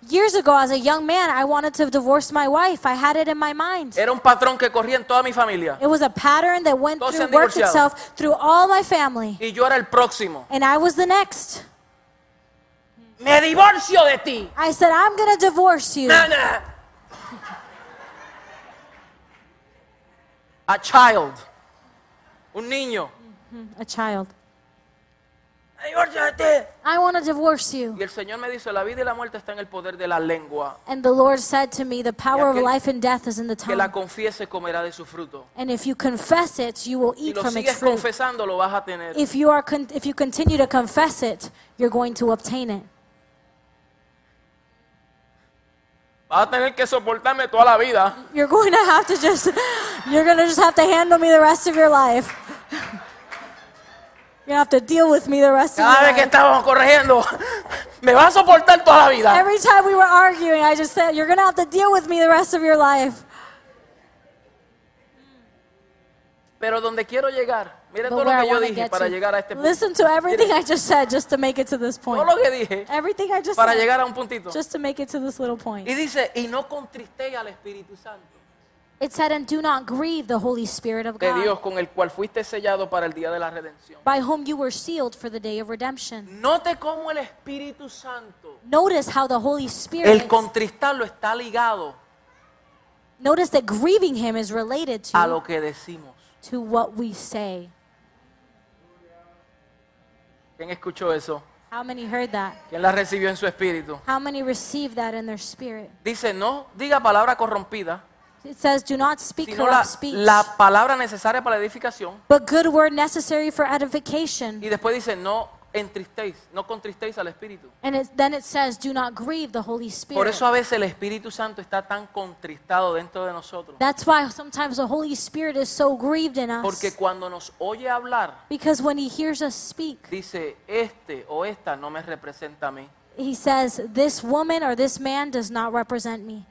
years ago as a young man, I wanted to divorce my wife. I had it in my mind.
Era un patrón que corría en toda mi familia.
It was a pattern that went
Todos se
through
han
worked
divorciado.
itself through all my family,
Y yo era el próximo.
and I was the next.
Me divorcio de ti.
I said, "I'm gonna divorce you."
Nana. A child. Un niño.
A child.
Me divorcio de ti.
I want to divorce you.
Y el Señor me dice, la vida y la muerte está en el poder de la lengua.
And the Lord said to me, "The power of
aquel
life and death is in the
Que la
tongue,
confiese comerá de su fruto.
and if you confess it, you will
Si
eat
lo
from its
sigues
fruit."
confesando, lo vas a tener.
If you are, con- if you continue to confess it, you're going to obtain it.
Vas a tener que soportarme toda la vida.
You're going to have to just, you're going to just have to handle me the rest of your life. You're going to have to deal with me the rest of
Cada
your
vez que
life.
estamos corrigiendo, me vas a soportar toda la vida.
Every time we were arguing, I just said, you're going to have to deal with me the rest of your life.
Pero donde quiero llegar, mire todo
But
lo
where I
que yo
want to
dije
get
para llegar a este
to,
punto.
listen to everything I just said just to make it to this
Todo
point.
lo que dije
Everything I just
para
said
llegar a un puntito.
just to make it to this little point.
Y dice, y no contristéis al Espíritu Santo
It said, and do not grieve the Holy Spirit of
de Dios
God,
con el cual fuiste sellado para el día de la redención.
by whom you were sealed for the day of redemption.
Note cómo el Espíritu Santo,
Notice how the Holy Spirit.
el contristarlo está ligado
Notice that grieving Him is related
a
to
lo que decimos.
to what we say.
¿Quién escuchó eso?
How many heard that?
¿Quién la recibió en su espíritu?
How many received that in their spirit?
Dice, no diga palabra corrompida,
It says, "Do not speak
sino la,
corrupt speech,
la palabra necesaria para la edificación.
but good word necessary for edification."
Y después dice, no entristéis, no contristéis al Espíritu.
And it, then it says, "Do not grieve the Holy Spirit."
Por eso a veces el Espíritu Santo está tan contristado dentro de nosotros.
That's why sometimes the Holy Spirit is so grieved in us.
Porque cuando nos oye hablar,
because when He hears us speak,
dice, este o esta no me representa a mí.
He says, "This woman or this man does not represent me."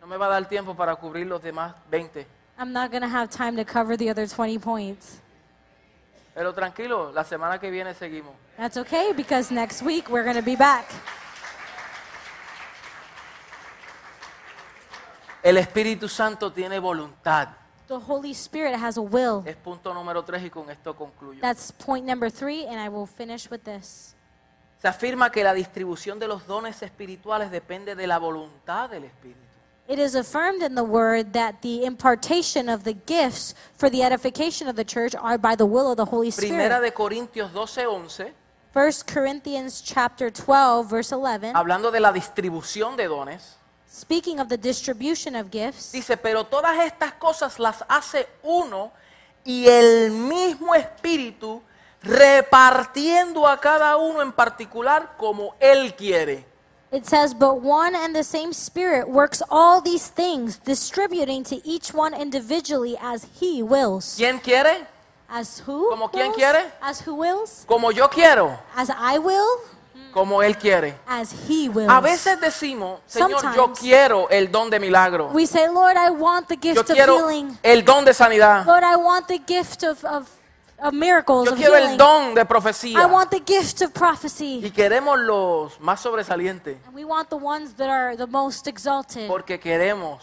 No me va a dar tiempo para cubrir los demás 20.
I'm not going to have time to cover the other 20 points.
Pero tranquilo, la semana que viene seguimos.
That's okay because next week we're going to be back.
El Espíritu Santo tiene voluntad.
The Holy Spirit has a will.
Es punto número 3 y con esto concluyo.
That's point number three, and I will finish with this.
Se afirma que la distribución de los dones espirituales depende de la voluntad del Espíritu.
It is affirmed in the Word that the impartation of the gifts for the edification of the church are by the will of the Holy
Primera
Spirit.
de Corintios 12:11,
1 Corinthians chapter 12, verse 11,
hablando de la distribución de dones,
speaking of the distribution of gifts,
dice, pero todas estas cosas las hace uno y el mismo Espíritu repartiendo a cada uno en particular como Él quiere.
it says, But one and the same Spirit works all these things, distributing to each one individually as He wills.
¿Quién quiere?
As who?
Como quien
wills?
quiere.
As who wills?
Como yo quiero,
As I will?
como Él quiere.
As He wills.
A veces decimos, Señor, yo
Sometimes-
quiero el don de milagro.
We say, Lord, I want the
Yo
gift of
quiero
healing.
el don de sanidad.
Lord, I want the gift of, of, of miracles,
Yo
of
quiero el
healing.
don de
I
profecía.
want the gift of prophecy.
Y queremos los más sobresalientes
And we want the ones that are the most exalted
porque queremos.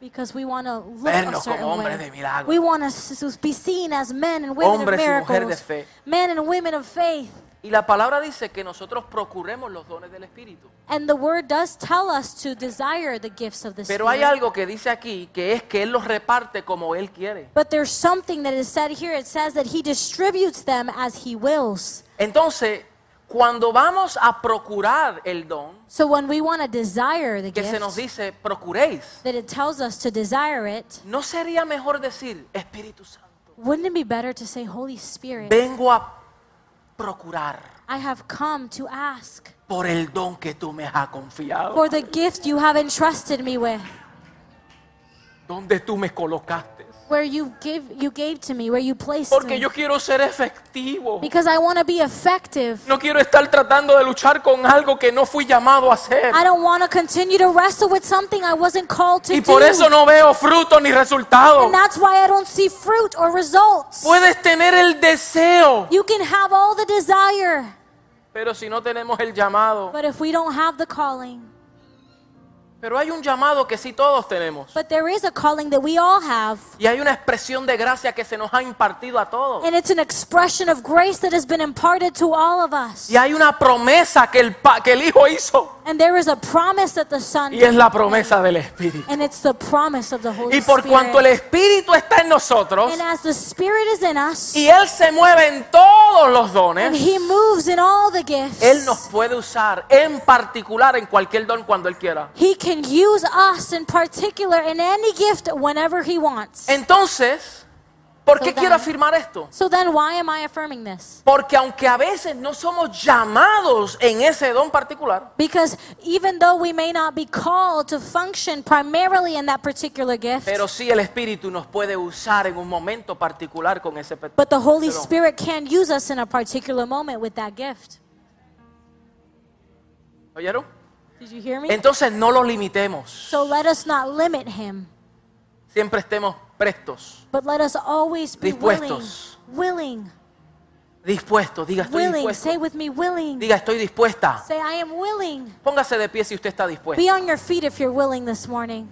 because we want to look a
Vernos como
certain
hombres de
way.
milagro.
We want to be seen as men and women
Hombres
of
y mujeres de
miracles,
fe.
men and women of faith.
Y la palabra dice que nosotros procuremos los dones del Espíritu.
And the word does tell us to desire the gifts of the
Pero hay
Spirit.
algo que dice aquí que es que Él los reparte como Él quiere.
But there's something that is said here. It says that he distributes them as he wills.
Entonces, cuando vamos a procurar el don,
So when we want to desire the
que se nos
gift,
dice procuréis,
that it tells us to desire it,
¿no sería mejor decir Espíritu Santo?
wouldn't it be better to say, Holy Spirit,
Vengo a procurar.
I have come to ask
por el don que tú me has confiado,
for the gift you have entrusted me with,
donde tú me colocaste.
where you give you gave to me, where you placed
Porque
me.
yo quiero ser efectivo.
Because I want to be effective.
No quiero estar tratando de luchar con algo que no fui llamado a hacer.
I don't want to continue to wrestle with something I wasn't called to
Y
do.
por eso no veo fruto ni resultado.
and that's why I don't see fruit or results.
Puedes tener el deseo,
You can have all the desire,
pero si no tenemos el llamado.
but if we don't have the calling,
Pero hay un llamado que sí todos tenemos.
but there is a calling that we all have,
Y hay una expresión de gracia que se nos ha impartido a todos.
and it's an expression of grace that has been imparted to all of us.
Y hay una promesa que el, pa- que el Hijo hizo.
And there is a promise that the Son,
Y es la promesa del Espíritu.
and it's the promise of the Holy
Y por cuanto el
Spirit.
Espíritu está en nosotros
And as the Spirit is in us,
y Él se mueve en todos los
and
dones,
He moves in all the gifts,
Él nos puede usar en particular en cualquier don cuando Él quiera.
He can use us in particular in any gift whenever He wants.
Entonces, ¿por
So
qué
then-
quiero afirmar esto?
So then, why am I affirming this?
Porque aunque a veces no somos llamados en ese don particular,
Because even though we may not be called to function primarily in that particular gift,
pero sí el Espíritu nos puede usar en un momento particular con ese pe-
but the Holy
ese don.
Spirit can use us in a particular moment with that gift.
¿Oyeron?
Did you hear me?
Entonces no lo limitemos.
So let us not limit Him,
Siempre estemos prestos,
but let us always be willing.
Dispuestos.
Willing.
dispuestos. Diga, estoy
Willing. Say
dispuesto.
with me, willing.
Diga, estoy dispuesta.
Say, I am willing.
Póngase de pie si usted está dispuesto.
Be on your feet if you're willing this morning.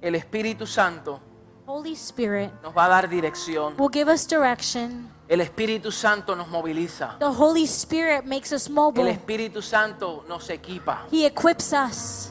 El Espíritu Santo
Holy Spirit
nos va a dar dirección.
will give us direction.
El Espíritu Santo nos moviliza.
The Holy Spirit makes us
El
mobile.
Espíritu Santo nos equipa.
He equips us.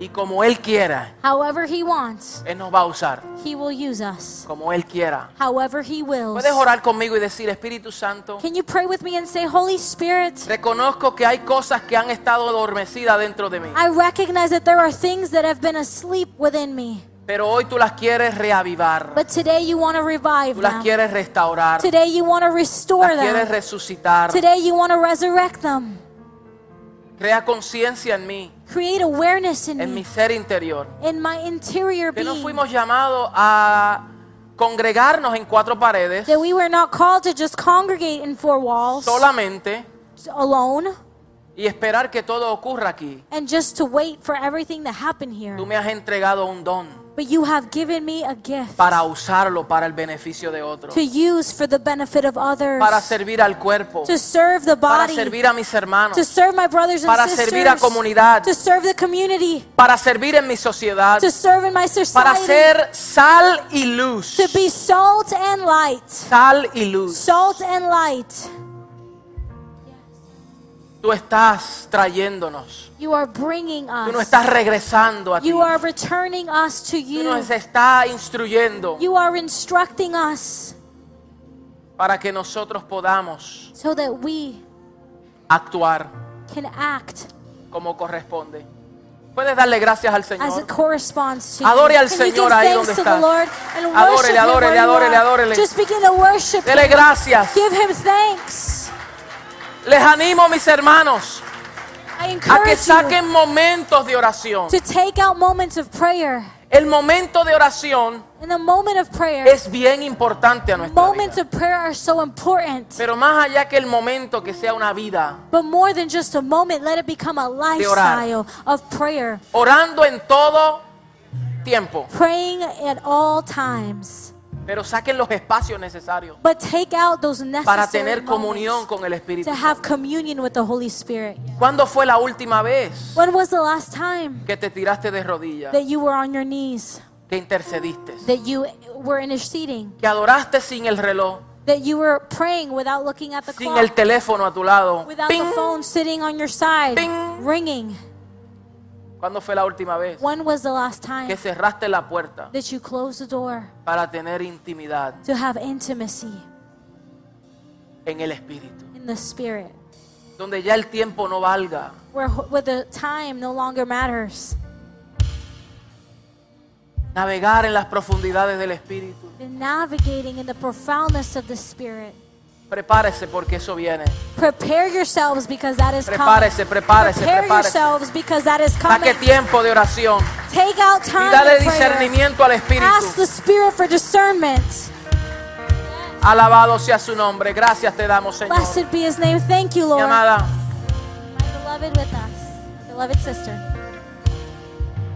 Y como Él quiera,
However He wants,
Él nos va a usar.
He will use us.
Como Él quiera.
However He wills.
Puedes orar conmigo y decir, Espíritu Santo,
Can you pray with me and say, Holy Spirit,
reconozco que hay cosas que han estado adormecidas dentro de mí.
I recognize that there are things that have been asleep within me,
Pero hoy tú las quieres reavivar.
but today you want to revive
Tú las
them.
quieres restaurar.
Today you want to restore
Las quieres
them.
resucitar.
Today you want to resurrect them.
Crea conciencia en mí,
Create awareness in
en mi
me,
ser interior.
in my interior
Que no
being.
fuimos llamados a congregarnos en cuatro paredes
That we were not called to just congregate in four walls
solamente
alone
y esperar que todo ocurra aquí.
and just to wait for everything to happen here.
Tú me has entregado un don
But you have given me a gift
para usarlo para el beneficio de otros,
to use for the benefit of others,
para servir al cuerpo,
to serve the
para
body,
servir a mis hermanos,
to serve my brothers and
para
sisters,
servir a comunidad,
to serve the community,
para servir en mi sociedad,
to serve in my
para
society,
ser sal y luz,
to be salt and light.
sal y luz.
Salt and light.
Tú estás trayéndonos,
You are bringing
tú nos
us.
estás regresando a ti,
You are returning us to
tú
you.
nos estás instruyendo
You are instructing us
para que nosotros podamos
so that we
actuar
can act
como corresponde. Puedes darle gracias al
as it
Señor.
corresponds to
Adore
you.
al
Can you
Señor
give
ahí
thanks
donde
to
estás.
the Lord and
Adórele,
worship Him
adórele,
where you
adórele,
are.
adórele.
Just begin to worship
Dele
Him.
gracias.
Give Him thanks.
Les animo, mis hermanos,
I
a que
encourage you
saquen momentos de oración.
to take out moments of prayer.
El momento de oración
In the moment of prayer,
es bien importante a nuestra vida.
moments of prayer are so important.
Pero más allá que el momento que sea una vida,
But more than just a moment, let it become a lifestyle of prayer.
orando en todo tiempo,
Praying at all times.
pero saquen los espacios necesarios
But take out those
para
necessary
tener comunión
moments
con el Espíritu.
to have communion with the Holy Spirit.
¿Cuándo fue la última vez
When was the last time
que te tiraste de rodillas,
that you were on your knees?
que intercediste,
that you were interceding,
que adoraste sin el reloj?
that you were praying without looking at the
sin el
clock,
teléfono a tu lado.
without
Ping.
the phone sitting on your side,
Ping.
ringing.
¿Cuándo fue la última vez
When was the last time
que cerraste la puerta
that you closed the door
para tener intimidad
to have intimacy
en el espíritu?
in the spirit,
Donde ya el tiempo no valga,
where, where the time no longer matters?
navegar en las profundidades del espíritu,
Been navigating in the profoundness of the spirit,
Prepárese porque eso viene.
Prepare yourselves because that is coming.
Prepárese, prepárese,
Prepare
prepárese.
yourselves because that is
Saque
coming.
tiempo de oración
Take out
y
time
dale
in prayer.
discernimiento al
Ask
Espíritu.
the Spirit for discernment.
Alabado sea su nombre. Gracias te damos, Señor.
Blessed be His name. Thank you,
Mi
Lord.
amada.
My beloved with us, beloved sister.